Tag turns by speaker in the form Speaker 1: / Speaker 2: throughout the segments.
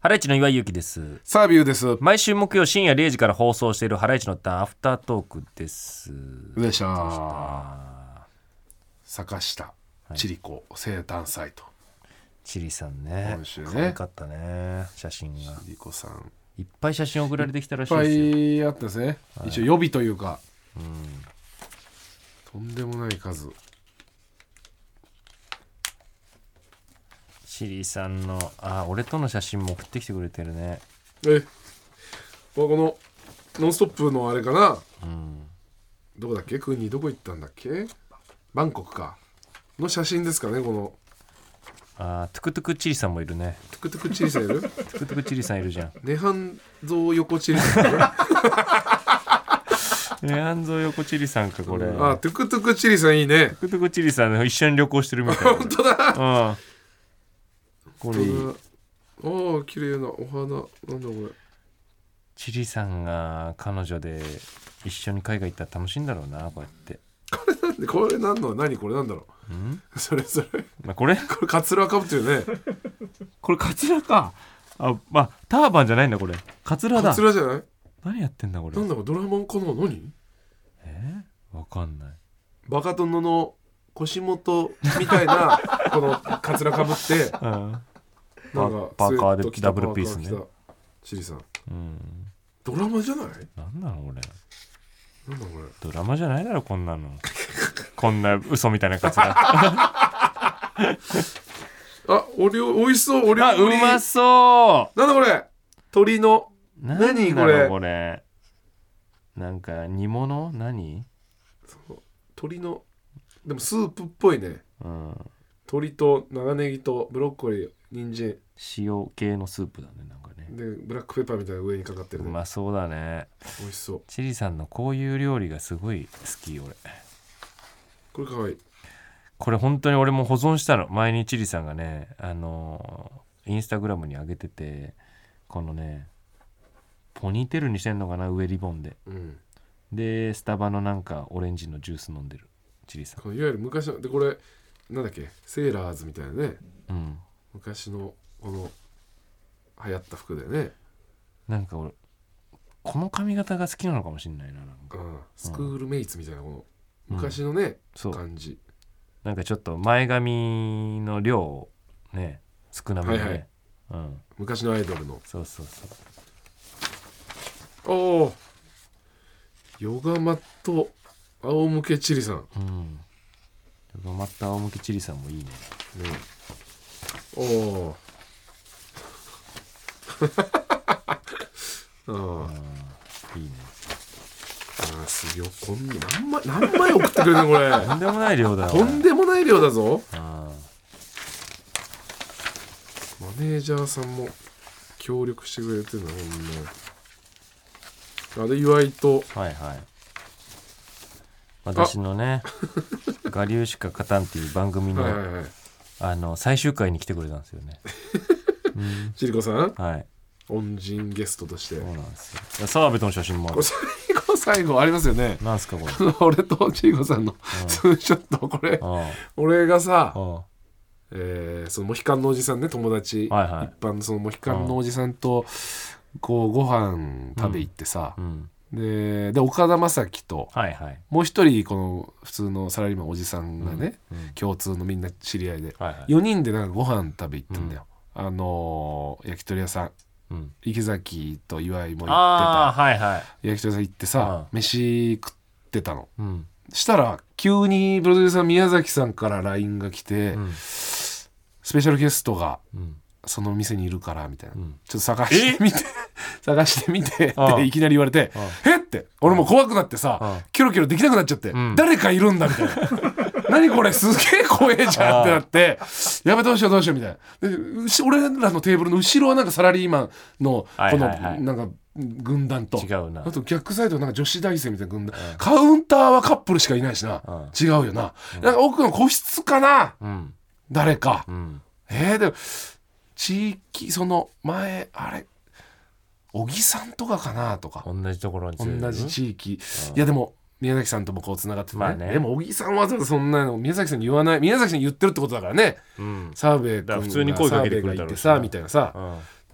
Speaker 1: ハライチの岩井ゆきです。
Speaker 2: サービューです。
Speaker 1: 毎週木曜深夜0時から放送しているハライチのターンアフタートークです。
Speaker 2: でした。
Speaker 1: あ
Speaker 2: 坂下千里子生誕祭と。
Speaker 1: ーチリさんね。
Speaker 2: 今週ね
Speaker 1: 可愛かったね。写真が。
Speaker 2: 千里子さん。
Speaker 1: いっぱい写真送られてきたら
Speaker 2: いっ
Speaker 1: しいで
Speaker 2: ぱ
Speaker 1: すよ。
Speaker 2: いあったですね。一応予備というか。とんでもない数。
Speaker 1: チリさんの、あー、俺との写真も送ってきてくれてるね。
Speaker 2: え、ここの「ノンストップ!」のあれかな
Speaker 1: うん。
Speaker 2: どこだっけ国どこ行ったんだっけバンコクか。の写真ですかねこの
Speaker 1: あー、トゥクトゥクチリさんもいるね。
Speaker 2: トゥクトゥクチリさんいる
Speaker 1: トゥクトゥクチリさんいるじゃん。
Speaker 2: 涅槃像横チリさんいるあ
Speaker 1: え、半蔵横チリさんか、これ。トゥ
Speaker 2: トゥクトゥクチリさんいいね
Speaker 1: クトゥクチリさん、一緒に旅行してるみ たいな。
Speaker 2: 本当だ
Speaker 1: うん。これいい。
Speaker 2: ああ綺麗なお花なんだこ
Speaker 1: チリさんが彼女で一緒に海外行ったら楽しいんだろうなこうやって
Speaker 2: れでこれなんの何これなんだろ
Speaker 1: ん、
Speaker 2: うそれそれ
Speaker 1: まあ、これ
Speaker 2: これカツラかぶってるね
Speaker 1: これカツラかあまあターバンじゃないんだこれカツラだ
Speaker 2: カツラじゃない
Speaker 1: 何やってんだこれ
Speaker 2: なんだこれドラえもんかな何
Speaker 1: えーわかんない
Speaker 2: バカ殿の腰元みた いなこのカツラかぶって
Speaker 1: うん、
Speaker 2: なんか
Speaker 1: パーカーで
Speaker 2: スウェット着た
Speaker 1: ダブルピースね
Speaker 2: パカ着たシリさん
Speaker 1: うん、
Speaker 2: ドラマじゃない
Speaker 1: なんなのこれ
Speaker 2: なんだこれ
Speaker 1: ドラマじゃないだろこんなの こんな嘘みたいなカツ ラ
Speaker 2: あお料美味しそうお料
Speaker 1: あう
Speaker 2: 理
Speaker 1: まそ
Speaker 2: なんだこれ鳥の
Speaker 1: う
Speaker 2: 何
Speaker 1: なんだろう
Speaker 2: こ
Speaker 1: これなんか煮物何
Speaker 2: 鳥のでもスープっぽいね
Speaker 1: うん
Speaker 2: 鶏と長ネギとブロッコリー人参
Speaker 1: 塩系のスープだねなんかね
Speaker 2: でブラックペッパーみたいな上にかかって
Speaker 1: う
Speaker 2: るね
Speaker 1: まそうだね
Speaker 2: 美味しそう
Speaker 1: チリさんのこういう料理がすごい好き俺
Speaker 2: これかわいい
Speaker 1: これ本当に俺も保存したの前にチリさんがねあのーインスタグラムに上げててこのねポニーテールにしてんのかな上リボンで
Speaker 2: うん
Speaker 1: でスタバのなんかオレンジのジュース飲んでるチリさ
Speaker 2: このいわゆる昔のでこれなんだっけセーラーズみたいなね
Speaker 1: んうん
Speaker 2: 昔のこの流行った服だよね、
Speaker 1: なんか俺この髪型が好きなのかもしんないななんか
Speaker 2: うん、スクールメイツみたいなこの
Speaker 1: うん
Speaker 2: 昔のね、
Speaker 1: そう
Speaker 2: 感じ
Speaker 1: なんかちょっと前髪の量をね少なめで、ね
Speaker 2: はいはい
Speaker 1: うん
Speaker 2: 昔のアイドルの
Speaker 1: そうそうそう
Speaker 2: おおヨガマット仰向けチリさん、ね、
Speaker 1: うんでもまた仰向けチリさんもいいね
Speaker 2: おおああ
Speaker 1: いいね
Speaker 2: あーすごいこんな何枚何枚送ってくれるのこれ
Speaker 1: とんでもない量だよ
Speaker 2: とんでもない量だぞ
Speaker 1: あ
Speaker 2: マネージャーさんも協力してくれてるなほんまあで岩井と
Speaker 1: ーはいはい私の ね「我流しか勝たん」っていう番組の,、
Speaker 2: はいはいはい
Speaker 1: あの最終回に来てくれたんですよねうん
Speaker 2: 千里子さん
Speaker 1: はい
Speaker 2: 恩人ゲストとして
Speaker 1: そう
Speaker 2: こ
Speaker 1: なんですよいや澤部との写真もあ
Speaker 2: れ
Speaker 1: る
Speaker 2: 最後最後ありますよね
Speaker 1: なんすかこれ
Speaker 2: 俺と千里子さんのツーショットこれ
Speaker 1: あ
Speaker 2: 俺が
Speaker 1: あ
Speaker 2: さ
Speaker 1: あ、あ
Speaker 2: えーそのモヒカンのおじさんね友達、
Speaker 1: はいはい
Speaker 2: 一般のそのモヒカンのおじさんとこうご飯食べ行ってさ
Speaker 1: う、ん
Speaker 2: でで岡田将生と
Speaker 1: はいはい
Speaker 2: もう一人この普通のサラリーマンおじさんがね、
Speaker 1: うんうん
Speaker 2: 共通のみんな知り合いで、
Speaker 1: はいはい
Speaker 2: 4人でなんかご飯食べ行ったんだよ、あのー焼き鳥屋さん
Speaker 1: うん
Speaker 2: 池崎と岩井も行
Speaker 1: あ
Speaker 2: って
Speaker 1: あはいはい
Speaker 2: た焼き鳥屋さん行ってさ、
Speaker 1: う
Speaker 2: 飯食ってたの
Speaker 1: うん
Speaker 2: したら急にプロデューサー宮崎さんから LINE が来て、
Speaker 1: うん
Speaker 2: スペシャルゲストが
Speaker 1: うん
Speaker 2: その店にいるからみたいな、
Speaker 1: うん
Speaker 2: ちょっと探してみて 探してみて
Speaker 1: あ
Speaker 2: っ
Speaker 1: あ
Speaker 2: ていきなり言われて
Speaker 1: あ
Speaker 2: えって俺もう怖くなって
Speaker 1: あ
Speaker 2: さキョロキョロできなくなっちゃって
Speaker 1: ん
Speaker 2: 誰かいるんだみたい な何これすげえ怖えじゃんってなってやべどうしようどうしようみたいなでうし俺らのテーブルの後ろはなんかサラリーマンの
Speaker 1: はい
Speaker 2: この
Speaker 1: はいはい
Speaker 2: なんか軍団と
Speaker 1: 違うな
Speaker 2: あと逆サイドはなんか女子大生みたいな軍団カウンターはカップルしかいないし
Speaker 1: うん
Speaker 2: な違うよななんか奥の個室かな
Speaker 1: うん
Speaker 2: 誰か
Speaker 1: うん
Speaker 2: えー、でも地域その前あれ小木さんとかかなとか
Speaker 1: 同じところに
Speaker 2: 同じ地域いやでも宮崎さんともこうつながってて、ね
Speaker 1: まあね
Speaker 2: でも小木さんはわざわざそんなの宮崎さんに言わない宮崎さんに言ってるってことだからね
Speaker 1: うん
Speaker 2: 澤部君
Speaker 1: だから
Speaker 2: が
Speaker 1: 普通に声かけてくれた
Speaker 2: 澤部が
Speaker 1: ろ
Speaker 2: いうて
Speaker 1: し
Speaker 2: さみたいなさ
Speaker 1: う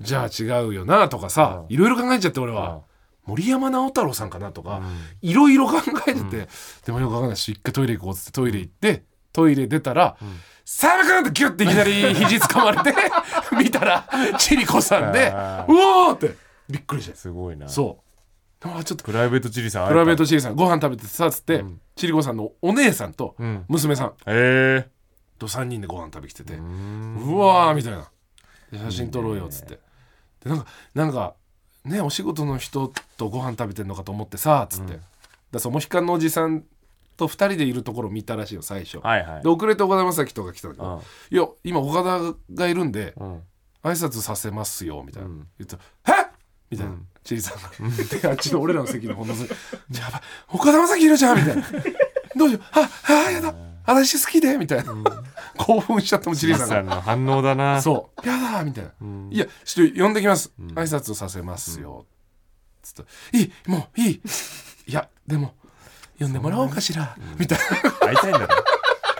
Speaker 1: ん
Speaker 2: じゃあ違うよなとかさ、
Speaker 1: う
Speaker 2: いろいろ考えちゃって俺
Speaker 1: う
Speaker 2: は
Speaker 1: ん、
Speaker 2: 森山直太朗さんかなと
Speaker 1: う
Speaker 2: か、
Speaker 1: ん
Speaker 2: いろいろ考えてて、
Speaker 1: うん
Speaker 2: でもよくわかんないし一回トイレ行こうっつってトイレ行ってトイレ出たら
Speaker 1: うん
Speaker 2: 「サム君!」ってギュッていきなり肘つかまれ て見たら千里子さんで
Speaker 1: あ
Speaker 2: 「
Speaker 1: ー
Speaker 2: うおー!」ってびっくりして
Speaker 1: すごいな
Speaker 2: そうあーちょっと
Speaker 1: プライベートチリさん
Speaker 2: プライベート
Speaker 1: チ
Speaker 2: 千里さんご飯食べてさっつって
Speaker 1: うん
Speaker 2: 千里子さんのお姉さんと
Speaker 1: リうん
Speaker 2: 娘さん
Speaker 1: え
Speaker 2: と3人でご飯食べきてて
Speaker 1: えうーん
Speaker 2: うわーみたいなで写真撮ろうよっつってでなんかなんかねお仕事の人とご飯食べてんのかと思ってさっつって、
Speaker 1: うん
Speaker 2: だそのモヒカンのおじさんと2人でいるところを見たらしいよ最初、
Speaker 1: はいはい
Speaker 2: で遅れて岡田将生とか来たんだけ
Speaker 1: う
Speaker 2: ど
Speaker 1: ん
Speaker 2: 「いや今岡田がいるんで
Speaker 1: うん
Speaker 2: 挨拶させますよ」みたいな、
Speaker 1: うん
Speaker 2: 言ったら「えっ!」みたいな、チリさんが、であっちの俺らの席のほんのすじゃあやばい岡田将生いるじゃん」みたいな「どうしようああやだ私好きで」みたいな、興奮しちゃったもんチ
Speaker 1: チ
Speaker 2: リ
Speaker 1: リ
Speaker 2: さん
Speaker 1: さ
Speaker 2: が
Speaker 1: んの反応だな
Speaker 2: そう「やだ」みたいな
Speaker 1: う
Speaker 2: 「
Speaker 1: ん
Speaker 2: いやちょっと呼んできます、
Speaker 1: ん
Speaker 2: 挨拶をさせますよ」つったらいいもういいいやでも呼んでもらおうかしら」みたいな
Speaker 1: 会いたいんだろ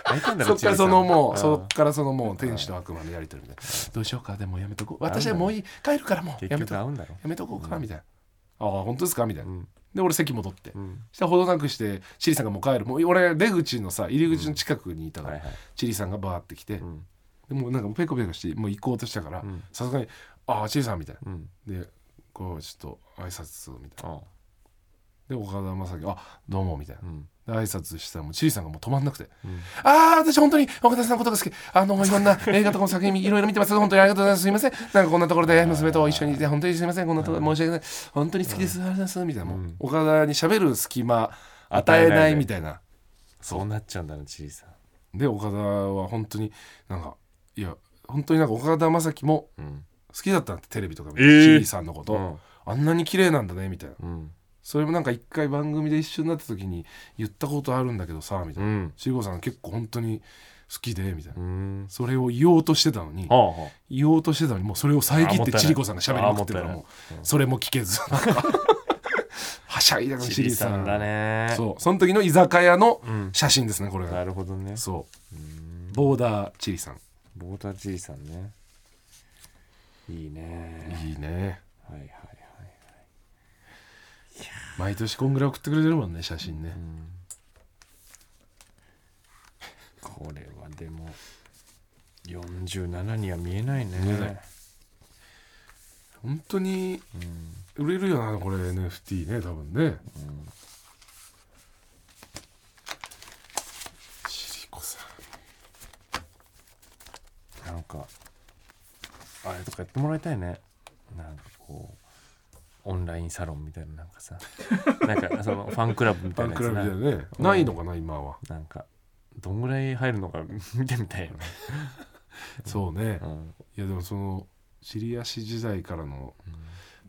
Speaker 1: 会いたいんだ
Speaker 2: そ
Speaker 1: ろ
Speaker 2: っからそのもう
Speaker 1: チリさん
Speaker 2: そっからそのもう天使と悪魔のやり取りみたいな「どうしようかでもやめとこう私はもういい帰るからもう
Speaker 1: うん
Speaker 2: や
Speaker 1: 結
Speaker 2: め
Speaker 1: 局
Speaker 2: と
Speaker 1: 会
Speaker 2: や
Speaker 1: うんだろ
Speaker 2: めとこうか」みたいな「ああ本当ですか」みたいうなんで俺席戻って
Speaker 1: うん
Speaker 2: したらほどなくしてチリさんがもう帰るもう俺出口のさ入り口の近くにいたか
Speaker 1: はい
Speaker 2: ら
Speaker 1: はい
Speaker 2: チリさんがバーって来て
Speaker 1: うん
Speaker 2: でもうなんかペコペコしてもう行こうとしたから
Speaker 1: うん
Speaker 2: さすがに「ああチリさん」みたいな。
Speaker 1: うん
Speaker 2: でこうちょっと挨拶をみたい
Speaker 1: あ
Speaker 2: なで岡田将生あどうも」みたい
Speaker 1: うん
Speaker 2: なで挨拶したらもうチリさんがもう止まんなくて
Speaker 1: うん
Speaker 2: 「ああ私本当に岡田さんのことが好きあのいろん な映画とかも作品いろいろ見てます本当にありがとうございますすいませんなんかこんなところで娘と一緒にいて本当にすいませんこんなところ申し訳ない本当に好きですありがとうございます」みたいなも
Speaker 1: う
Speaker 2: うん岡田に喋る隙間与えないみ
Speaker 1: い
Speaker 2: たいな
Speaker 1: そうなっちゃうんだなチリさん
Speaker 2: で岡田は本当になんかいや本当になんか岡田将生も
Speaker 1: うん
Speaker 2: 好きだったんだってテレビとか見て、
Speaker 1: えー
Speaker 2: チリさんのこと、
Speaker 1: うん
Speaker 2: あんなに綺麗なんだねみたいな
Speaker 1: うん
Speaker 2: それもなんか一回番組で一緒になった時に言ったことあるんだけどさみた
Speaker 1: う
Speaker 2: いな
Speaker 1: うん
Speaker 2: 「シーゴさん結構本当に好きで」みたいな、
Speaker 1: うん
Speaker 2: それを言おうとしてたのに
Speaker 1: はあはあ
Speaker 2: 言おうとしてたのにもうそれを遮
Speaker 1: あも
Speaker 2: っ
Speaker 1: ってたいない
Speaker 2: 千里子さんが喋りまくってるから
Speaker 1: あ
Speaker 2: も
Speaker 1: も
Speaker 2: うそれも聞けずはしゃいだな
Speaker 1: チリさんだね
Speaker 2: そうその時の居酒屋の
Speaker 1: うん
Speaker 2: 写真ですねこれ
Speaker 1: な
Speaker 2: が
Speaker 1: るほどね
Speaker 2: そうボーダーチリさん
Speaker 1: ボータチリさんねいいね
Speaker 2: いいね
Speaker 1: はいはいはい
Speaker 2: 毎年こんぐらい送ってくれてるもんね写真ね
Speaker 1: これはでも47には見えないね
Speaker 2: 見えない本当に売れるよなこれ NFT ね多分ね千里子さん
Speaker 1: なんかあれとかやってもらいたいねなんかこうオンラインサロンみたいななんか さなんかそのファンクラブみ
Speaker 2: フ
Speaker 1: た
Speaker 2: ァ
Speaker 1: い
Speaker 2: ン
Speaker 1: なや
Speaker 2: ク
Speaker 1: つ
Speaker 2: ラブ
Speaker 1: な
Speaker 2: だよね、
Speaker 1: うん
Speaker 2: ないのかな今は
Speaker 1: なんかどんぐらい入るのか見てみたいよね、
Speaker 2: そうね
Speaker 1: う、ん
Speaker 2: いやでもその知り足時代からの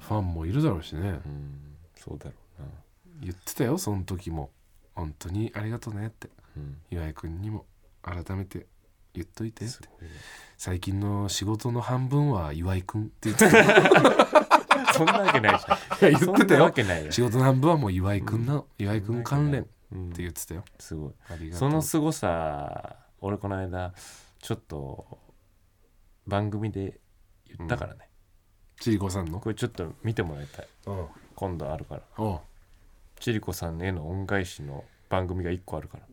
Speaker 2: ファンもいるだろうしね
Speaker 1: うん、そうだろうな、
Speaker 2: 言ってたよその時も本当にありがとうねって
Speaker 1: うん、
Speaker 2: 岩井君にも改めて言っといてって
Speaker 1: すごいね
Speaker 2: 最近の仕事の半分は岩井君って言ってた
Speaker 1: そんなわけないじゃん
Speaker 2: 言っ
Speaker 1: そ
Speaker 2: て
Speaker 1: ん
Speaker 2: た
Speaker 1: なわ
Speaker 2: よ
Speaker 1: けないよ
Speaker 2: 仕事の半分はもう岩井君なの、岩井君関連って
Speaker 1: うん
Speaker 2: 言ってたよ、
Speaker 1: すごい
Speaker 2: ありがと
Speaker 1: そうのすごさ俺この間ちょっと番組で言ったからね、
Speaker 2: 千里子さんの
Speaker 1: これちょっと見てもらいたい
Speaker 2: うん
Speaker 1: 今度あるから
Speaker 2: うん
Speaker 1: 千里子さんへの恩返しの番組が1個あるから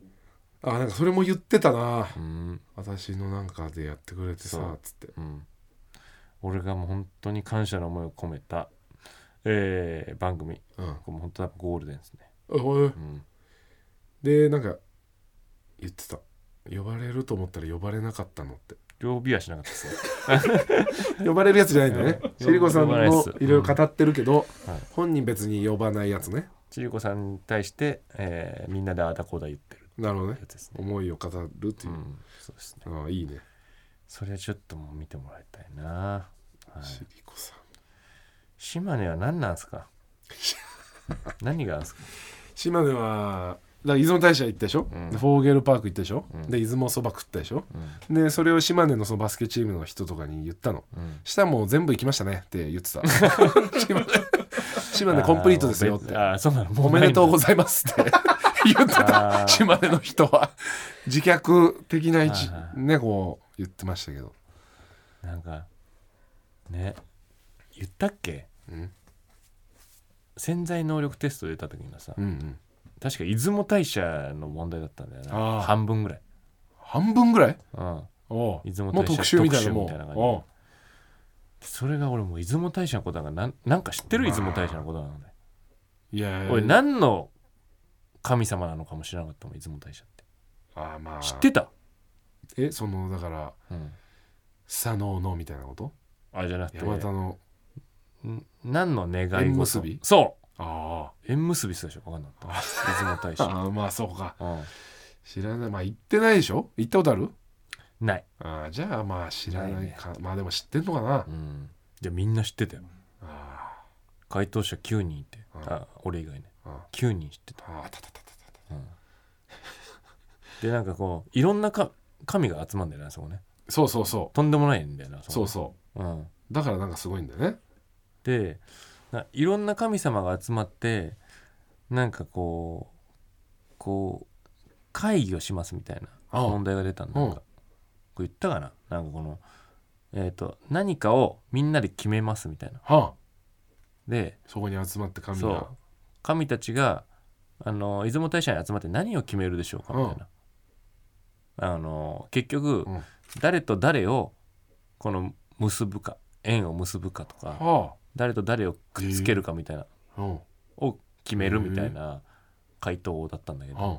Speaker 2: あなんかそれも言ってたな
Speaker 1: うん、
Speaker 2: 私のなんかでやってくれて
Speaker 1: そ
Speaker 2: さ
Speaker 1: う
Speaker 2: つって
Speaker 1: うん、俺がもう本当に感謝の思いを込めた、えー番組
Speaker 2: うん
Speaker 1: これも本当はゴールデンですね、
Speaker 2: おい
Speaker 1: うん、
Speaker 2: でなんか言ってた呼ばれると思ったら呼ばれなかったの って
Speaker 1: 両日はしなかったですよ
Speaker 2: 呼ばれるやつじゃないんだね
Speaker 1: うん
Speaker 2: シリコさん
Speaker 1: 呼ば
Speaker 2: も
Speaker 1: れ
Speaker 2: い
Speaker 1: ない
Speaker 2: ろ
Speaker 1: っす
Speaker 2: いろ語ってるけど、
Speaker 1: うんはい
Speaker 2: 本人別に呼ばないやつね
Speaker 1: 千里子さんに対して、えーみんなでああだこうだ言ってる
Speaker 2: なるほどね
Speaker 1: やつですね、
Speaker 2: 思いを語るって
Speaker 1: う、
Speaker 2: いうん
Speaker 1: そうですね、
Speaker 2: ああいいね
Speaker 1: それはちょっともう見てもらいたいな、はい、
Speaker 2: シリコさん
Speaker 1: 島根は何なんす か何があるんすか
Speaker 2: 島根はだから出雲大社行ったでしょ、
Speaker 1: うん
Speaker 2: でフォーゲルパーク行ったでしょ、
Speaker 1: うん
Speaker 2: で出雲そば食ったでしょ
Speaker 1: うん
Speaker 2: でそれを島根のそのバスケチームの人とかに言ったの
Speaker 1: うん
Speaker 2: したらもう全部行きましたねって言って た島根島根コンプリートですよって
Speaker 1: あーそうなのも
Speaker 2: おめでとうご
Speaker 1: ざい
Speaker 2: ざいますって言ってた
Speaker 1: あー
Speaker 2: 島根の人は自虐的な位置
Speaker 1: はいは
Speaker 2: ねこう言ってましたけど
Speaker 1: ますなんかね言ったっけ
Speaker 2: うん
Speaker 1: 潜在能力テスト出た時のさ、
Speaker 2: うんうん
Speaker 1: 確か出雲大社の問題だったんだよ
Speaker 2: あ
Speaker 1: な
Speaker 2: ー
Speaker 1: 半分ぐらい、
Speaker 2: 半分ぐらい
Speaker 1: うん、
Speaker 2: おう
Speaker 1: 出雲大社
Speaker 2: もう特集みたいなも
Speaker 1: 特集みたいな感
Speaker 2: う
Speaker 1: じ
Speaker 2: お
Speaker 1: それが俺もう出雲大社のことなんかなんなんか知ってる出雲大社のことなんだよ
Speaker 2: ういやいや
Speaker 1: 俺何の神様なのかも知らなかったもん出雲大社って
Speaker 2: あーまあ
Speaker 1: 知ってた、
Speaker 2: えそのだから
Speaker 1: うん、
Speaker 2: 佐野のみたいなこと
Speaker 1: あれじゃなくて
Speaker 2: 山田の
Speaker 1: ん何の願い事
Speaker 2: 縁結び
Speaker 1: そう
Speaker 2: あ
Speaker 1: 縁結びするでしょ分かんなかった出雲大
Speaker 2: ー
Speaker 1: 社、
Speaker 2: あーまあ そうか
Speaker 1: う
Speaker 2: 知らないまあ行ってないでしょ行ったことある
Speaker 1: ん、ない、
Speaker 2: あーじゃあまあ知ら
Speaker 1: な
Speaker 2: ないい
Speaker 1: ね
Speaker 2: かまあでも知ってんのかな
Speaker 1: うん、じゃあみんな知ってたよ
Speaker 2: あ
Speaker 1: 回答者9人いて、
Speaker 2: うん
Speaker 1: あ俺以外ね
Speaker 2: ーあ
Speaker 1: 9人知ってた
Speaker 2: ーあーたたたたたた
Speaker 1: うん でなんかこういろんなか神が集まんだよなそこね
Speaker 2: そうそうそ
Speaker 1: とんでもないんだよな
Speaker 2: うそう
Speaker 1: こ
Speaker 2: そ
Speaker 1: うん、
Speaker 2: うだからなんかすごいんだよね
Speaker 1: でないろんな神様が集まってなんかこうこう会議をしますみたいな
Speaker 2: ああ
Speaker 1: 問題が出たんだなん
Speaker 2: うん
Speaker 1: かこれ言ったかななんかこのえっ、と何かをみんなで決めますみたいな
Speaker 2: はあ
Speaker 1: で
Speaker 2: そこに集まって神
Speaker 1: そ
Speaker 2: が
Speaker 1: う神たちがあの出雲大社に集まって何を決めるでしょうかみたいな、あの結局、
Speaker 2: うん
Speaker 1: 誰と誰をこの結ぶか縁を結ぶかとか
Speaker 2: は
Speaker 1: 誰と誰をくっつけるかみたいな、
Speaker 2: あうん
Speaker 1: を決めるみたいな回答だったんだけど、
Speaker 2: うん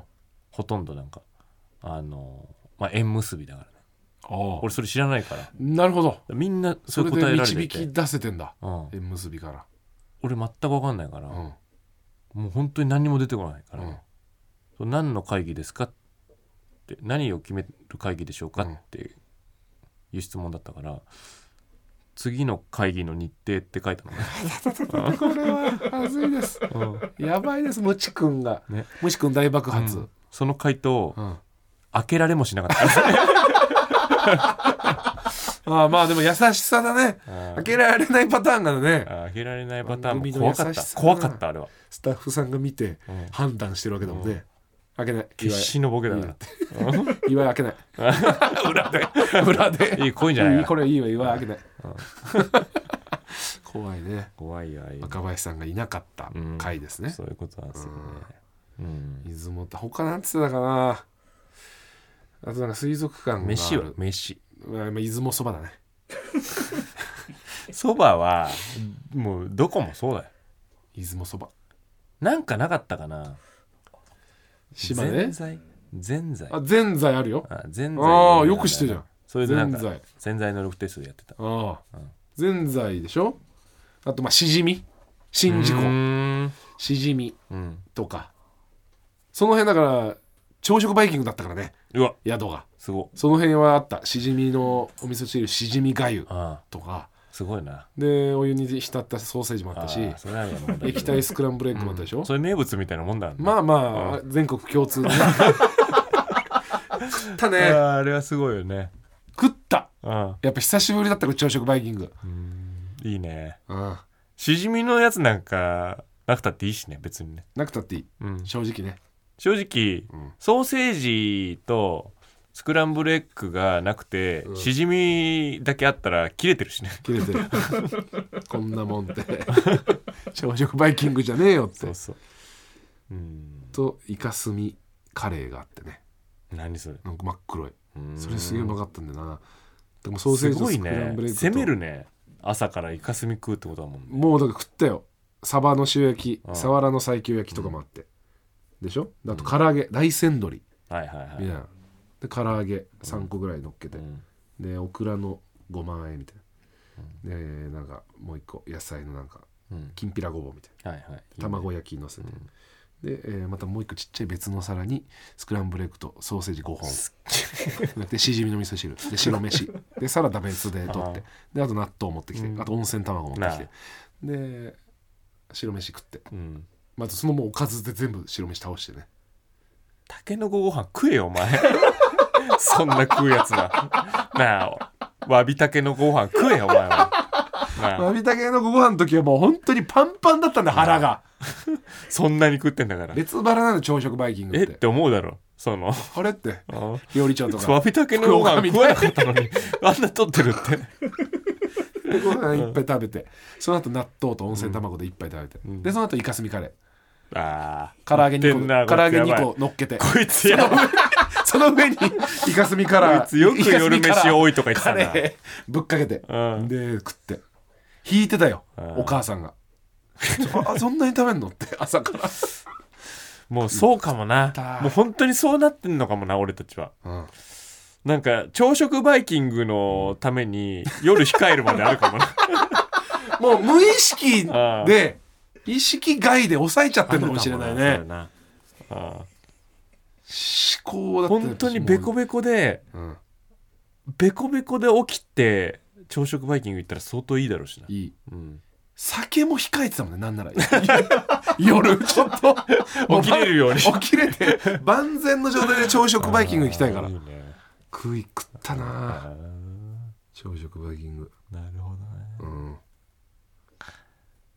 Speaker 1: ほとんどなんかあの、まあ、縁結びだからね
Speaker 2: ああ
Speaker 1: 俺それ知らないから
Speaker 2: なるほど
Speaker 1: みんなそ
Speaker 2: そう
Speaker 1: い
Speaker 2: れ
Speaker 1: う答え
Speaker 2: で
Speaker 1: られて
Speaker 2: 導
Speaker 1: いて
Speaker 2: き出せてんだ
Speaker 1: うん、
Speaker 2: 縁結びから
Speaker 1: 俺全く分かんないから、
Speaker 2: うん
Speaker 1: もう本当に何にも出てこないから、
Speaker 2: うん
Speaker 1: そう何の会議ですかって何を決める会議でしょうか
Speaker 2: うん
Speaker 1: っていう質問だったから次の会議の日程って書いたのね、
Speaker 2: これははずいですやばいですムチ君が
Speaker 1: ね
Speaker 2: ムチ君大爆発
Speaker 1: うんその回答を
Speaker 2: うんあ
Speaker 1: 開けられもしなかった
Speaker 2: あまあでも優しさだね開けられないパターンなのね
Speaker 1: あ開けられないパターン
Speaker 2: 番
Speaker 1: も
Speaker 2: 組の
Speaker 1: 怖かっ
Speaker 2: 優したさだな
Speaker 1: 怖かったあれは、
Speaker 2: スタッフさんが見て
Speaker 1: うん
Speaker 2: 判断してるわけだもんね開けない
Speaker 1: 決死のボケだから
Speaker 2: 岩 井開けない
Speaker 1: 裏で
Speaker 2: 裏で
Speaker 1: いい濃いんじゃない
Speaker 2: いい
Speaker 1: か
Speaker 2: こ
Speaker 1: な
Speaker 2: れいいわ岩井開けない怖いね
Speaker 1: 怖いよああいうの
Speaker 2: 若林さんがいなかった回ですね
Speaker 1: そういうことなんですよねうん
Speaker 2: 出雲って他なんつってたかなあとなんか水族館がある
Speaker 1: 飯は飯
Speaker 2: まあまあ出雲そばだね
Speaker 1: そばはもうどこもそうだよ
Speaker 2: 出雲そば
Speaker 1: なんかなかったかな
Speaker 2: 島ね
Speaker 1: ぜんざいぜんざい
Speaker 2: あぜんざいあるよ
Speaker 1: あぜんざい
Speaker 2: ああよく知ってるじゃん
Speaker 1: それでなんか
Speaker 2: ぜんざい
Speaker 1: ぜんざいの力テストでやってた
Speaker 2: ああぜんざいでしょあとまあしじみ宍道
Speaker 1: う
Speaker 2: 湖
Speaker 1: ーん
Speaker 2: しじみ
Speaker 1: うん
Speaker 2: とかその辺だから朝食バイキングだったからね
Speaker 1: うわ
Speaker 2: 宿が
Speaker 1: すご
Speaker 2: その辺はあったしじみのお味噌汁しじみがゆ
Speaker 1: あ
Speaker 2: とか
Speaker 1: あすごいな
Speaker 2: でお湯に浸ったソーセージもあっ
Speaker 1: あ
Speaker 2: た
Speaker 1: あ
Speaker 2: し
Speaker 1: それあるよな問題
Speaker 2: 液体スクランブルエッグもあったでしょ、
Speaker 1: それ名物みたいなもんだ
Speaker 2: まあまあ全国共通のね食った
Speaker 1: あ
Speaker 2: ね
Speaker 1: あれはすごいよね
Speaker 2: 食った
Speaker 1: うん
Speaker 2: やっぱ久しぶりだったから朝食バイキング
Speaker 1: いいね
Speaker 2: うん
Speaker 1: しじみのやつなんかなくたっていいしね別にね
Speaker 2: なくたっていい
Speaker 1: うん
Speaker 2: 正直ね
Speaker 1: 正直、
Speaker 2: うん
Speaker 1: ソーセージとスクランブルエッグがなくて、
Speaker 2: うん
Speaker 1: しじみだけあったら切れてるしね
Speaker 2: 切れ てるこんなもんって 朝食バイキングじゃねえよって
Speaker 1: そううん
Speaker 2: とイカスミカレーがあってね
Speaker 1: 何それ
Speaker 2: なんか真っ黒いそ
Speaker 1: そ
Speaker 2: れすげえうまかったんだよなでもソーセ
Speaker 1: す
Speaker 2: ージと
Speaker 1: ごい
Speaker 2: スクラ
Speaker 1: ね
Speaker 2: ンブルエッグと
Speaker 1: 攻めるね朝からイカスミ食うってことだもんね
Speaker 2: もうだから食ったよサバの塩焼き
Speaker 1: うん
Speaker 2: サワラの西京焼きとかもあって、でしょであと唐揚げ大山鶏
Speaker 1: はいはいはい
Speaker 2: みたいなで唐揚げ3個ぐらい乗っけて、
Speaker 1: うん
Speaker 2: でオクラのごまあえみたいな、でなんかもう一個野菜のなんか
Speaker 1: うん
Speaker 2: きんぴらごぼうみたい
Speaker 1: はいはい
Speaker 2: な卵焼きのせて、で、えーまたもう一個ちっちゃい別の皿にスクランブルエッグとソーセージ5本でしじみの味噌汁で白飯でサラダ別で取ってであと納豆持ってきて、
Speaker 1: うん
Speaker 2: あと温泉卵持ってき
Speaker 1: な
Speaker 2: てで白飯食って
Speaker 1: うん
Speaker 2: まずそのもうおかずで全部白飯倒してね
Speaker 1: たけのこご飯食えよお前 そんな食うやつだなあわびたけのご飯食えよお前はなあ
Speaker 2: まびたけのご飯の時はもう本当にパンパンだったんだ腹が
Speaker 1: そんなに食ってんだ から
Speaker 2: 別腹なの朝食バイキング
Speaker 1: え
Speaker 2: っ
Speaker 1: ってて思うだろその
Speaker 2: あれって
Speaker 1: あ
Speaker 2: 料理長と
Speaker 1: わ
Speaker 2: か
Speaker 1: びたけのご飯食わなかったのにあんな取ってるって
Speaker 2: でご飯いっぱい食べてその後納豆と温泉卵でいっぱい食べて、
Speaker 1: うん
Speaker 2: でその後イカスミカレー
Speaker 1: ああ
Speaker 2: 唐揚げ
Speaker 1: 持ってんな
Speaker 2: 2個唐揚
Speaker 1: こ
Speaker 2: げ
Speaker 1: いつやば
Speaker 2: 2
Speaker 1: い
Speaker 2: 個乗っけて
Speaker 1: こいつやばい
Speaker 2: その上にイカスミカラー
Speaker 1: こいつよく夜飯多
Speaker 2: い
Speaker 1: いとか言ってた
Speaker 2: カ
Speaker 1: な
Speaker 2: レーぶっかけて、
Speaker 1: うん
Speaker 2: で食って引いてたよ、
Speaker 1: うん
Speaker 2: お母さんがあそんなに食べんのって 朝から、
Speaker 1: もうそうかも な
Speaker 2: た
Speaker 1: もう本当にそうなってんのかもな俺たちは
Speaker 2: うん
Speaker 1: なんか朝食バイキングのために夜控えるまであるかもな
Speaker 2: もう無意識
Speaker 1: あ
Speaker 2: で意識外で抑えちゃってるのかもしれない
Speaker 1: ある
Speaker 2: ね
Speaker 1: かもなそうだなあ
Speaker 2: 思考
Speaker 1: あ
Speaker 2: だったら
Speaker 1: 本当にベコベコで
Speaker 2: うん
Speaker 1: ベコベコで起きて朝食バイキング行ったら相当いいだろうしな、
Speaker 2: いい
Speaker 1: うん、
Speaker 2: 酒も控えてたもんねなんなら 夜ちょっと
Speaker 1: 起きれるよう に
Speaker 2: 起きれて万全の状態で朝食バイキング行きたいから
Speaker 1: あーいね
Speaker 2: 食い食ったな
Speaker 1: あ
Speaker 2: 朝食バイキング
Speaker 1: ーなるほどね
Speaker 2: うん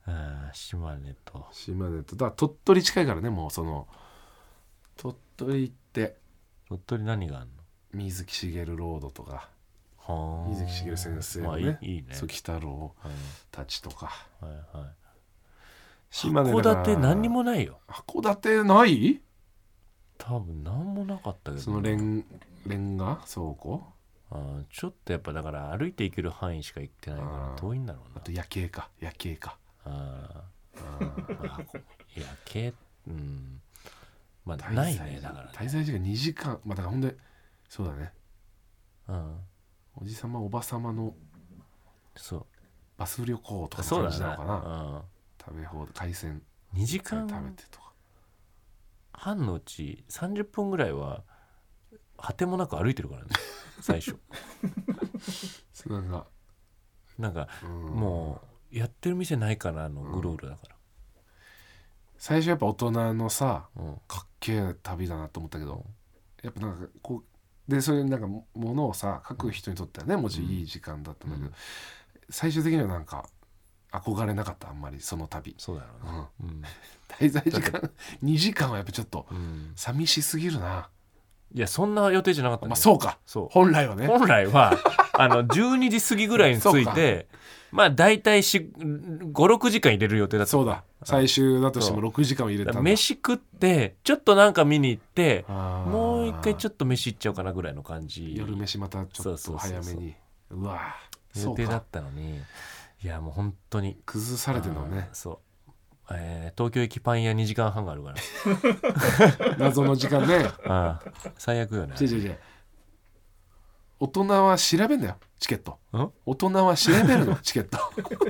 Speaker 1: あー島根と
Speaker 2: 島根とだから鳥取近いからねもうその鳥取行って
Speaker 1: 鳥取何がある
Speaker 2: 水木しげるロードとか
Speaker 1: のはー
Speaker 2: 水木しげる先生
Speaker 1: ま
Speaker 2: の
Speaker 1: あ、
Speaker 2: ね,、
Speaker 1: いいいいね
Speaker 2: そう北郎
Speaker 1: はい
Speaker 2: たちとか
Speaker 1: はいはい
Speaker 2: 島根だ
Speaker 1: 函
Speaker 2: から
Speaker 1: 館何にもないよ
Speaker 2: 函館ない
Speaker 1: 多分何もなかったけど
Speaker 2: そのレンレンガ倉庫
Speaker 1: あーちょっとやっぱだから歩いて行ける範囲しか行ってないか
Speaker 2: あー
Speaker 1: ら遠いんだろう
Speaker 2: あ
Speaker 1: な
Speaker 2: と夜景か夜景か
Speaker 1: あ
Speaker 2: あー
Speaker 1: ーあこ夜景うんまあ
Speaker 2: 滞
Speaker 1: な
Speaker 2: 在
Speaker 1: い
Speaker 2: 時
Speaker 1: ねだからね
Speaker 2: 滞在時間2時間まあだからほんでそうだね
Speaker 1: うん
Speaker 2: おじさまおばさまの
Speaker 1: そう
Speaker 2: バス旅行とか
Speaker 1: そう
Speaker 2: の
Speaker 1: だ
Speaker 2: 感じなのかな、
Speaker 1: な、
Speaker 2: 食べ放題海鮮
Speaker 1: うん、2時
Speaker 2: 食べ
Speaker 1: 間
Speaker 2: てとか
Speaker 1: 半のうち30分ぐらいは果てもなく歩いてる からね最初
Speaker 2: そうなんか、
Speaker 1: なんか
Speaker 2: うん
Speaker 1: もうやってる店ないかなのグロールだか
Speaker 2: 最初やっぱ大人のさ
Speaker 1: ら、うん
Speaker 2: かっけえ旅だなと思ったけどやっぱなんかこうでそれなんかもものをさ書く人にとってはねもちろんいい時間だったんだけど、
Speaker 1: うん
Speaker 2: 最終的にはなんか憧れなかったあんまりその旅、
Speaker 1: そうだろう
Speaker 2: う
Speaker 1: な、
Speaker 2: ん
Speaker 1: うん
Speaker 2: 滞在時間2時間はやっぱちょっと
Speaker 1: うん
Speaker 2: 寂しすぎるな、
Speaker 1: いやそんな予定じゃなかったんだよ
Speaker 2: まあそうか
Speaker 1: そう
Speaker 2: 本来はね
Speaker 1: 本来は あの12時過ぎぐらいに着いてまあ大体56時間入れる予定だった
Speaker 2: そうだ最終だとしても6時間を入れ
Speaker 1: だ
Speaker 2: た
Speaker 1: か
Speaker 2: ん
Speaker 1: ら
Speaker 2: だ
Speaker 1: 飯食ってちょっとなんか見に行って
Speaker 2: も
Speaker 1: もう一回ち
Speaker 2: ょっ
Speaker 1: ょっと飯行っちゃおうかなぐらいの感じ
Speaker 2: 夜飯またちょっ
Speaker 1: そうそ
Speaker 2: と
Speaker 1: うそうそう
Speaker 2: 早めにうわぁそ
Speaker 1: 予
Speaker 2: う
Speaker 1: 定だ
Speaker 2: か
Speaker 1: ったのにいやもう本当に
Speaker 2: 崩されてるのね
Speaker 1: あーそう、えー東京駅パン屋2時間半があ るから
Speaker 2: 謎の時間ね
Speaker 1: あー最悪よね
Speaker 2: 違う違う違う大人は調べんだよチケット
Speaker 1: ん
Speaker 2: 大人は調べ るのチケット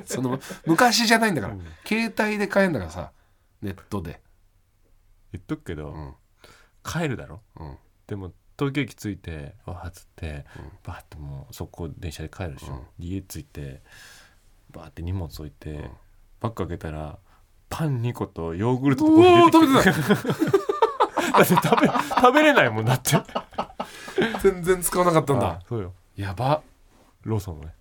Speaker 2: その昔じゃないんだから、
Speaker 1: うん
Speaker 2: 携帯で買えんだからさネットで
Speaker 1: 言っとくけど、
Speaker 2: うん
Speaker 1: 帰るだろ
Speaker 2: うん
Speaker 1: でも東京駅着いてわーっつって、
Speaker 2: うん
Speaker 1: バーってもう速攻電車で帰るでしょ、
Speaker 2: うん
Speaker 1: 家着いてバーって荷物置いて、
Speaker 2: ん
Speaker 1: バッグ開けたらパン2個とヨーグルトと
Speaker 2: うわ
Speaker 1: コ
Speaker 2: ー食
Speaker 1: ー
Speaker 2: べ
Speaker 1: ヒー出て
Speaker 2: て
Speaker 1: きてだって 食べ食べれないもんだって
Speaker 2: た全然使わなかったんだ
Speaker 1: あそうよ
Speaker 2: やば
Speaker 1: ローソンのね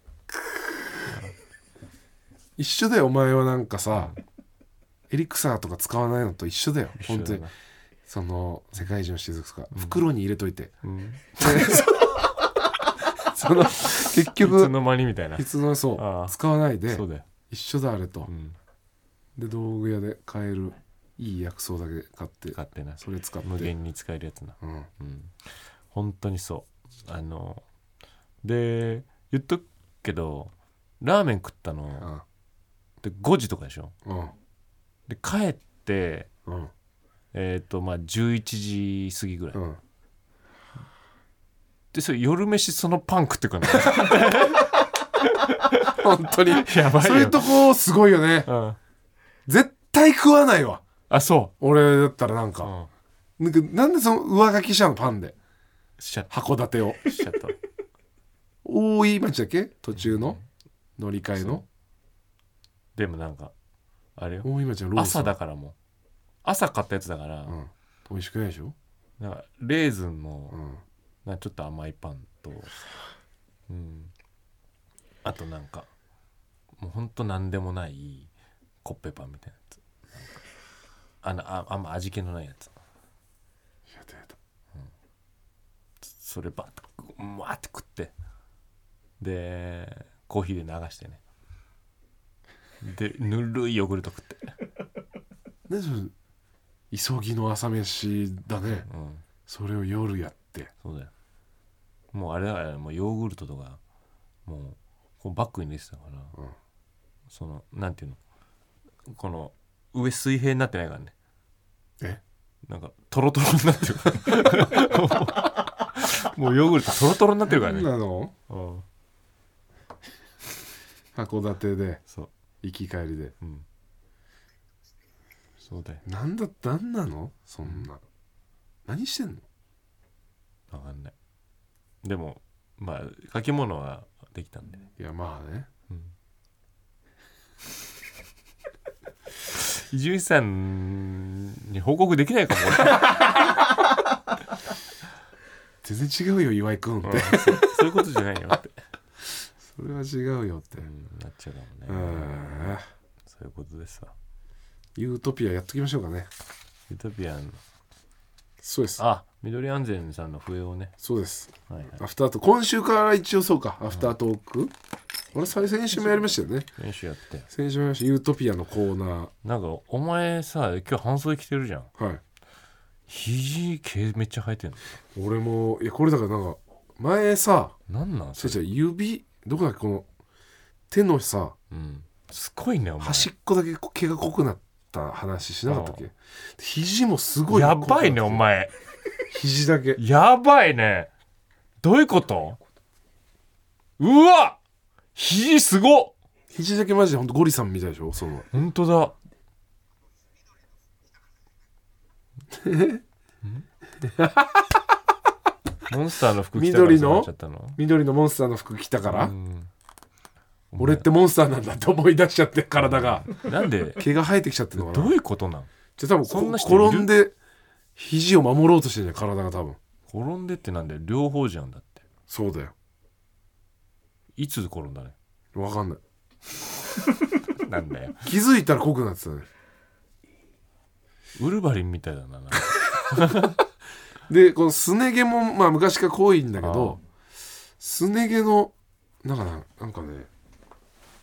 Speaker 2: 一緒だよお前はなんかさエリクサーとか使わないのと一緒だよ本当にその世界中の雫とか、袋に入れといて
Speaker 1: うん、
Speaker 2: その結
Speaker 1: いつ
Speaker 2: 局
Speaker 1: の間にみたいない
Speaker 2: つのそ
Speaker 1: ああ
Speaker 2: う使わないで
Speaker 1: そうだよ、
Speaker 2: 一緒だあれと、
Speaker 1: うん、
Speaker 2: で道具屋で買えるいい薬草だけ買って
Speaker 1: 勝手な
Speaker 2: それ使って
Speaker 1: 無限に使えるやつな
Speaker 2: うん
Speaker 1: うん、本当にそうあので言っとくけどラーメン食ったの
Speaker 2: あ
Speaker 1: で5時とかでしょ
Speaker 2: うん
Speaker 1: で帰って
Speaker 2: うん
Speaker 1: えっ、とまあ11時過ぎぐらい、
Speaker 2: うん
Speaker 1: でそれ夜飯そのパン食って くるの
Speaker 2: 本当に
Speaker 1: やばいよ
Speaker 2: そういうとこすごいよね
Speaker 1: うん、
Speaker 2: 絶対食わないわ
Speaker 1: あそ
Speaker 2: 俺だったらなん
Speaker 1: う、う
Speaker 2: か,、
Speaker 1: ん、
Speaker 2: なんかなんでその上書きしたのパンで
Speaker 1: しちゃっ
Speaker 2: 函館を
Speaker 1: たしちゃった
Speaker 2: 大井町だっけ途中の乗り換えの
Speaker 1: でもなんかあれよ
Speaker 2: 大井町のローソン
Speaker 1: 朝だからもう朝買ったやつだから、
Speaker 2: うん美味しくないでしょ
Speaker 1: なんかレーズンの、
Speaker 2: うん
Speaker 1: なんかちょっと甘いパンと、うん、あとなんかもうほんと何でもないコッペパンみたいなやつあのああんま味気のないやつ
Speaker 2: いや出た
Speaker 1: そればっとうわーって食ってでコーヒーで流してねでぬるいヨーグルト食って、
Speaker 2: ねその急ぎの朝飯だね
Speaker 1: うん、
Speaker 2: それを夜やって
Speaker 1: そうだよもうあれだからねもうヨーグルトとかもうこうバッグに入れてたから、
Speaker 2: うん
Speaker 1: そのなんていうのこの上水平になってないからね
Speaker 2: え
Speaker 1: なんかトロトロになってるからもうヨーグルトトロトロになってるからね、
Speaker 2: なの
Speaker 1: うん、
Speaker 2: 函館で
Speaker 1: そう
Speaker 2: 行き帰りで
Speaker 1: うんそうだよ
Speaker 2: なんだなんなのそんな、何してんの
Speaker 1: 分かんないでもまあ書き物はできたんでね、
Speaker 2: いやまあね
Speaker 1: うん、伊集院さんに報告できないかも
Speaker 2: 全然違うよ岩井君って、
Speaker 1: 俺、うんそうそういうことじゃないよって、
Speaker 2: それは違うよって
Speaker 1: うん、なっちゃうか
Speaker 2: う
Speaker 1: もね、
Speaker 2: ん
Speaker 1: そういうことですわ
Speaker 2: ユートピアやっときましょうかね
Speaker 1: ユートピアン
Speaker 2: そうです
Speaker 1: あ緑安全さんの笛をね、
Speaker 2: そうです
Speaker 1: はいはい、
Speaker 2: アフタートーク今週から一応そうかアフタートーク、俺再先週もやりましたよね
Speaker 1: 練習やって
Speaker 2: 先週もやりましたユートピアのコーナ
Speaker 1: なんかお前さ今日半袖着てるじゃん
Speaker 2: ーはい
Speaker 1: 肘毛めっちゃ生えてんの
Speaker 2: 俺もいやこれだからなんか前さ
Speaker 1: なんなん
Speaker 2: 違
Speaker 1: そうれ、
Speaker 2: 違う指どこだっけこの手のさ
Speaker 1: うん、すごいねお前
Speaker 2: 端っこだけこ毛が濃くなった話しなかったっ
Speaker 1: う
Speaker 2: け肘もすごい
Speaker 1: やばいね
Speaker 2: 濃
Speaker 1: お
Speaker 2: くなって
Speaker 1: 前
Speaker 2: 肘だけ
Speaker 1: やばいねどういうことうわ肘すごっ
Speaker 2: 肘だけマジでほんとゴリさんみたいでしょその
Speaker 1: ほんと だんモンスターの服着たから
Speaker 2: 緑
Speaker 1: そう
Speaker 2: の
Speaker 1: なっちゃったの
Speaker 2: 緑のモンスターの服着たから、
Speaker 1: うん
Speaker 2: 俺ってモンスターなんだって思い出しちゃって体が
Speaker 1: なんで
Speaker 2: 毛が生えてきちゃってるのか
Speaker 1: ど
Speaker 2: な
Speaker 1: ういうことなん
Speaker 2: じゃあ多分
Speaker 1: そんな
Speaker 2: こ
Speaker 1: 人いる
Speaker 2: 転んで肘を守ろうとしてるじゃん体が多分
Speaker 1: 転んでってなんで両方じゃんだって
Speaker 2: そうだよ
Speaker 1: いつ転んだね
Speaker 2: わかんない
Speaker 1: なんだよ
Speaker 2: 気づいたら濃くなってたね
Speaker 1: ウルヴァリンみたいだななんか
Speaker 2: でこのすね毛もまあ昔から濃いんだけどすね毛のなんかななんかね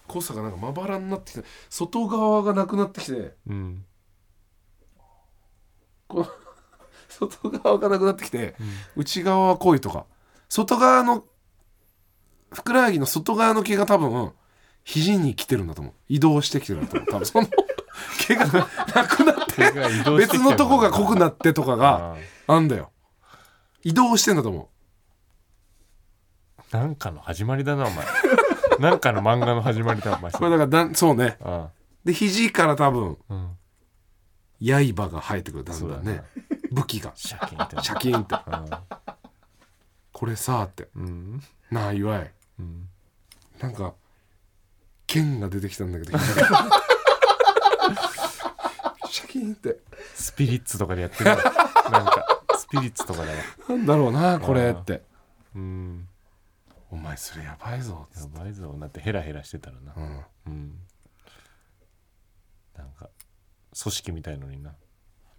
Speaker 2: 濃さがなんかまばらになってきて外側がなくなってきて
Speaker 1: うん
Speaker 2: この外側がなくなってきて、内側は濃いとか外側のふくらはぎの外側の毛が多分肘に来てるんだと思う移動してきてるんだと思う多分その毛がなくなって別のとこが濃くなってとかが
Speaker 1: あ
Speaker 2: あんだよ移動してんだと思
Speaker 1: ーなんかの始まりだなお前 なんかの漫画の始まりだお前
Speaker 2: う
Speaker 1: そ
Speaker 2: これ
Speaker 1: れ
Speaker 2: だからだんそうね
Speaker 1: あ
Speaker 2: で肘から多分
Speaker 1: あうん
Speaker 2: 刃が生えてくるだ
Speaker 1: そ
Speaker 2: ん
Speaker 1: う
Speaker 2: だ
Speaker 1: だ
Speaker 2: ん
Speaker 1: ね
Speaker 2: ね武器が
Speaker 1: シャキンってな
Speaker 2: シャキーンって
Speaker 1: あー
Speaker 2: これさーって
Speaker 1: うん
Speaker 2: なあ岩井
Speaker 1: うん
Speaker 2: なんか剣が出てきたんだけど シャキーンって
Speaker 1: スピリッツとかでやってるわなんかスピリッツとかだわ
Speaker 2: なんだろうなこれって
Speaker 1: うん
Speaker 2: お前それやばいぞ
Speaker 1: やばいぞなってヘラヘラしてたらな
Speaker 2: うん
Speaker 1: うんなんか組織みたいのにな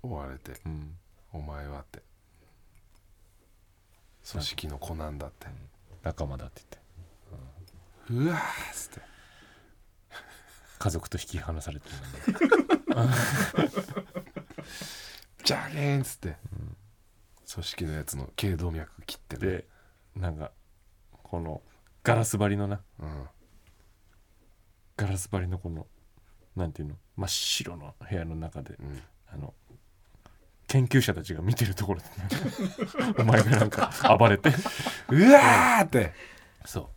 Speaker 2: 追われて
Speaker 1: うん
Speaker 2: お前はって組織の子なんだって
Speaker 1: 仲間だって言って
Speaker 2: うわーっつって
Speaker 1: 家族と引き離されてるのに
Speaker 2: ジャゲーンっつって組織のやつの頸動脈切ってね
Speaker 1: でなんかこのガラス張りのな
Speaker 2: うん
Speaker 1: ガラス張りのこのなんていうの真っ白の部屋の中で
Speaker 2: うん
Speaker 1: あの研究者たちが見てるところでなんかお前がなんか暴れて
Speaker 2: うわーって
Speaker 1: そう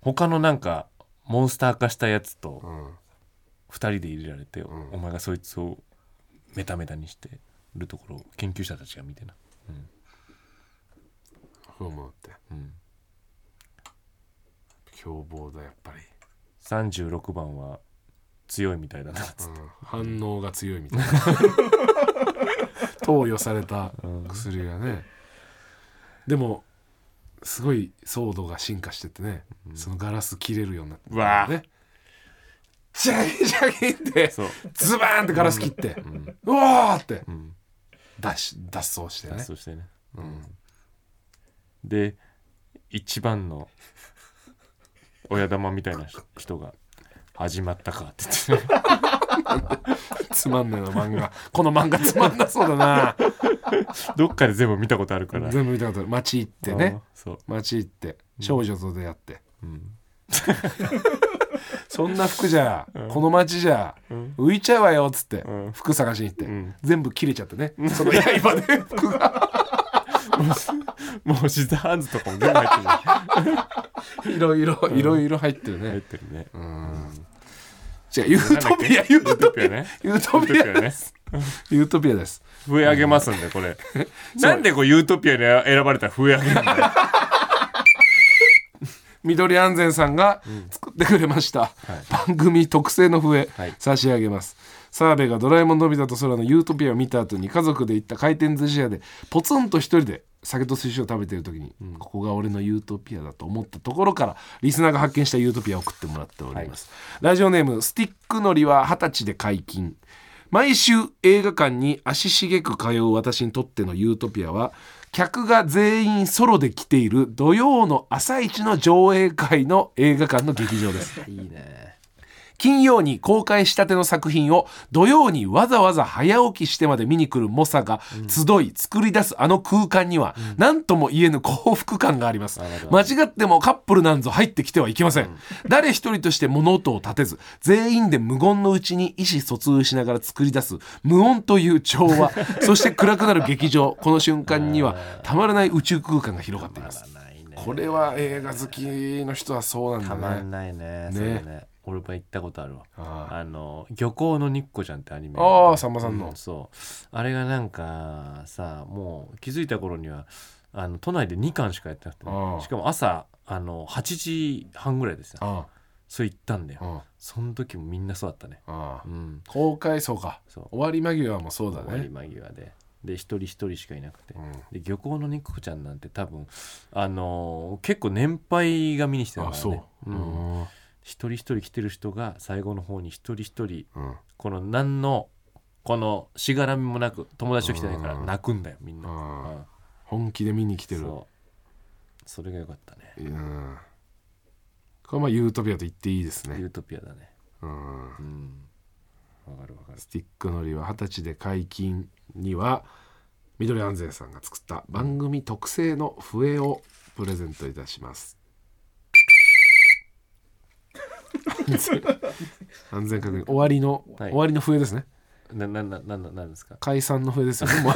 Speaker 1: 他のなんかモンスター化したやつと
Speaker 2: うん
Speaker 1: 2人で入れられて、
Speaker 2: ん
Speaker 1: お前がそいつをメタメタにしてるところを研究者たちが見てな
Speaker 2: ふむって
Speaker 1: うん
Speaker 2: 凶暴だやっぱり
Speaker 1: 36番は強いみたいだなっつって
Speaker 2: 反応が強いみ たいな投与された薬がね、でもすごい騒動が進化してってね、そのガラス切れるようになって
Speaker 1: うわー
Speaker 2: ねジャギジャギって
Speaker 1: そう
Speaker 2: ズバーンってガラス切って、うわーって、
Speaker 1: ん
Speaker 2: 脱し脱走して ね
Speaker 1: そしてね
Speaker 2: うん
Speaker 1: で一番の親玉みたいな人が始まったかって言って
Speaker 2: つまんないな漫画この漫画つまんなそうだな
Speaker 1: どっかで全部見たことあるから
Speaker 2: 全部見たことある街行ってね
Speaker 1: あそう、
Speaker 2: 街行って少女と出会って、
Speaker 1: うん、
Speaker 2: そんな服じゃ、この街じゃ、
Speaker 1: ん
Speaker 2: 浮いちゃうわよっつって、
Speaker 1: うん
Speaker 2: 服探しに行って、
Speaker 1: ん
Speaker 2: 全部切れちゃってね、その刃で服が
Speaker 1: もうシザーハンズとかも全部入ってる
Speaker 2: いろいろいろいろ入ってる
Speaker 1: 入っ
Speaker 2: ね、
Speaker 1: て るね
Speaker 2: うんじゃあユートピアユートピア
Speaker 1: ね
Speaker 2: ユートピア
Speaker 1: ユートピア
Speaker 2: で
Speaker 1: ね
Speaker 2: すユートピアです
Speaker 1: 笛あげますんでこれなんでこうユートピアに選ばれたら笛あげるんだよ
Speaker 2: 緑安全さんが作ってくれました、番組特製の笛、
Speaker 1: はい
Speaker 2: 差し上げます澤部が「ドラえもんのび太と空のユートピア」を見た後に家族で行った回転寿司屋でポツンと一人で酒と寿司を食べてる時に、ここが俺のユートピアだと思ったところからリスナーが発見したユートピアを送ってもらっております、ラジオネームスティックのりは二十歳で解禁毎週映画館に足しげく通う私にとってのユートピアは客が全員ソロで来ている土曜の朝一の上映会の映画館の劇場です
Speaker 1: いいね
Speaker 2: 金曜に公開したての作品を土曜にわざわざ早起きしてまで見に来る猛者が集い作り出すあの空間には何とも言えぬ幸福感があります間違ってもカップルなんぞ入ってきてはいけません誰一人として物音を立てず全員で無言のうちに意思疎通しながら作り出す無音という調 和そして暗くなる劇場この瞬間にはたまらない宇宙空間が広がっています
Speaker 1: ないね
Speaker 2: これは映画好きの人はそうな
Speaker 1: た
Speaker 2: ん
Speaker 1: ま
Speaker 2: だ
Speaker 1: ん
Speaker 2: ね
Speaker 1: ないねそれね俺も行ったことあるわ
Speaker 2: あ
Speaker 1: あの「漁港の日光ちゃん」ってアニメ
Speaker 2: あーさんまさんの
Speaker 1: うそうあれがなんかさもう気づいた頃にはあの都内で2巻しかやってなくてね、
Speaker 2: ああ
Speaker 1: しかも朝あの8時半ぐらいですよ
Speaker 2: あ
Speaker 1: それ行ったんだよ、
Speaker 2: あ
Speaker 1: その時もみんなそうだったね
Speaker 2: あ
Speaker 1: う
Speaker 2: あ
Speaker 1: ん
Speaker 2: 公開そうか
Speaker 1: そう
Speaker 2: 終わり間際もそうだ
Speaker 1: 終わり
Speaker 2: ね
Speaker 1: 間際でで一人一人しかいなくて、
Speaker 2: うん
Speaker 1: で漁港の肉子ちゃんなんて多分あのー結構年配が見に来てるか
Speaker 2: あ
Speaker 1: ら、ね、
Speaker 2: そうう
Speaker 1: うん
Speaker 2: ん
Speaker 1: 一人一人来てる人が最後の方に一人一人
Speaker 2: うん
Speaker 1: この何のこのしがらみもなく友達と来てないから
Speaker 2: うん
Speaker 1: 泣くんだよみんな、
Speaker 2: うん
Speaker 1: うん
Speaker 2: 本気で見に来てる
Speaker 1: そうそれが良かったね
Speaker 2: うんこれまあユートピアと言っていいですね
Speaker 1: ユートピアだね
Speaker 2: うん
Speaker 1: うんわかるわかる
Speaker 2: スティックのりは二十歳で解禁には緑安全さんが作った番組特製の笛をプレゼントいたし ます。安全確認終わりの、
Speaker 1: はい
Speaker 2: 終わりの笛ですね。
Speaker 1: ななななななんですか
Speaker 2: 解散の笛ですよね。もう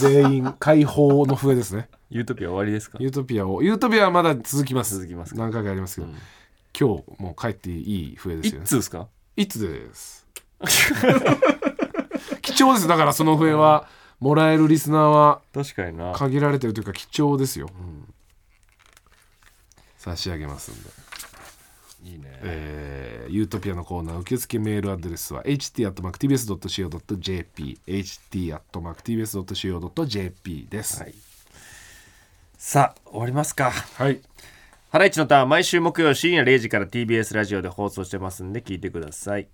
Speaker 2: 全員解放の笛ですね。
Speaker 1: ユートピア終わりですか
Speaker 2: ユートピアをユートピアはまだ続きます。
Speaker 1: 続きますか
Speaker 2: 何回かありますけど、
Speaker 1: うん
Speaker 2: 今日もう帰っていい笛です
Speaker 1: 一
Speaker 2: よね。
Speaker 1: 通ですか
Speaker 2: いつです。貴重です。だからその笛はもらえるリスナーは
Speaker 1: 確かにな
Speaker 2: 限られてるというか貴重ですよ。
Speaker 1: ん
Speaker 2: 差し上げますんで。
Speaker 1: いいね、
Speaker 2: えーユートピアのコーナー受付メールアドレスは ht.mactvs.co.jp ht.mactvs.co.jp です。
Speaker 1: はいさあ終わりますか
Speaker 2: はい。
Speaker 1: ハライチのターン毎週木曜深夜0時から TBS ラジオで放送してますんで聞いてください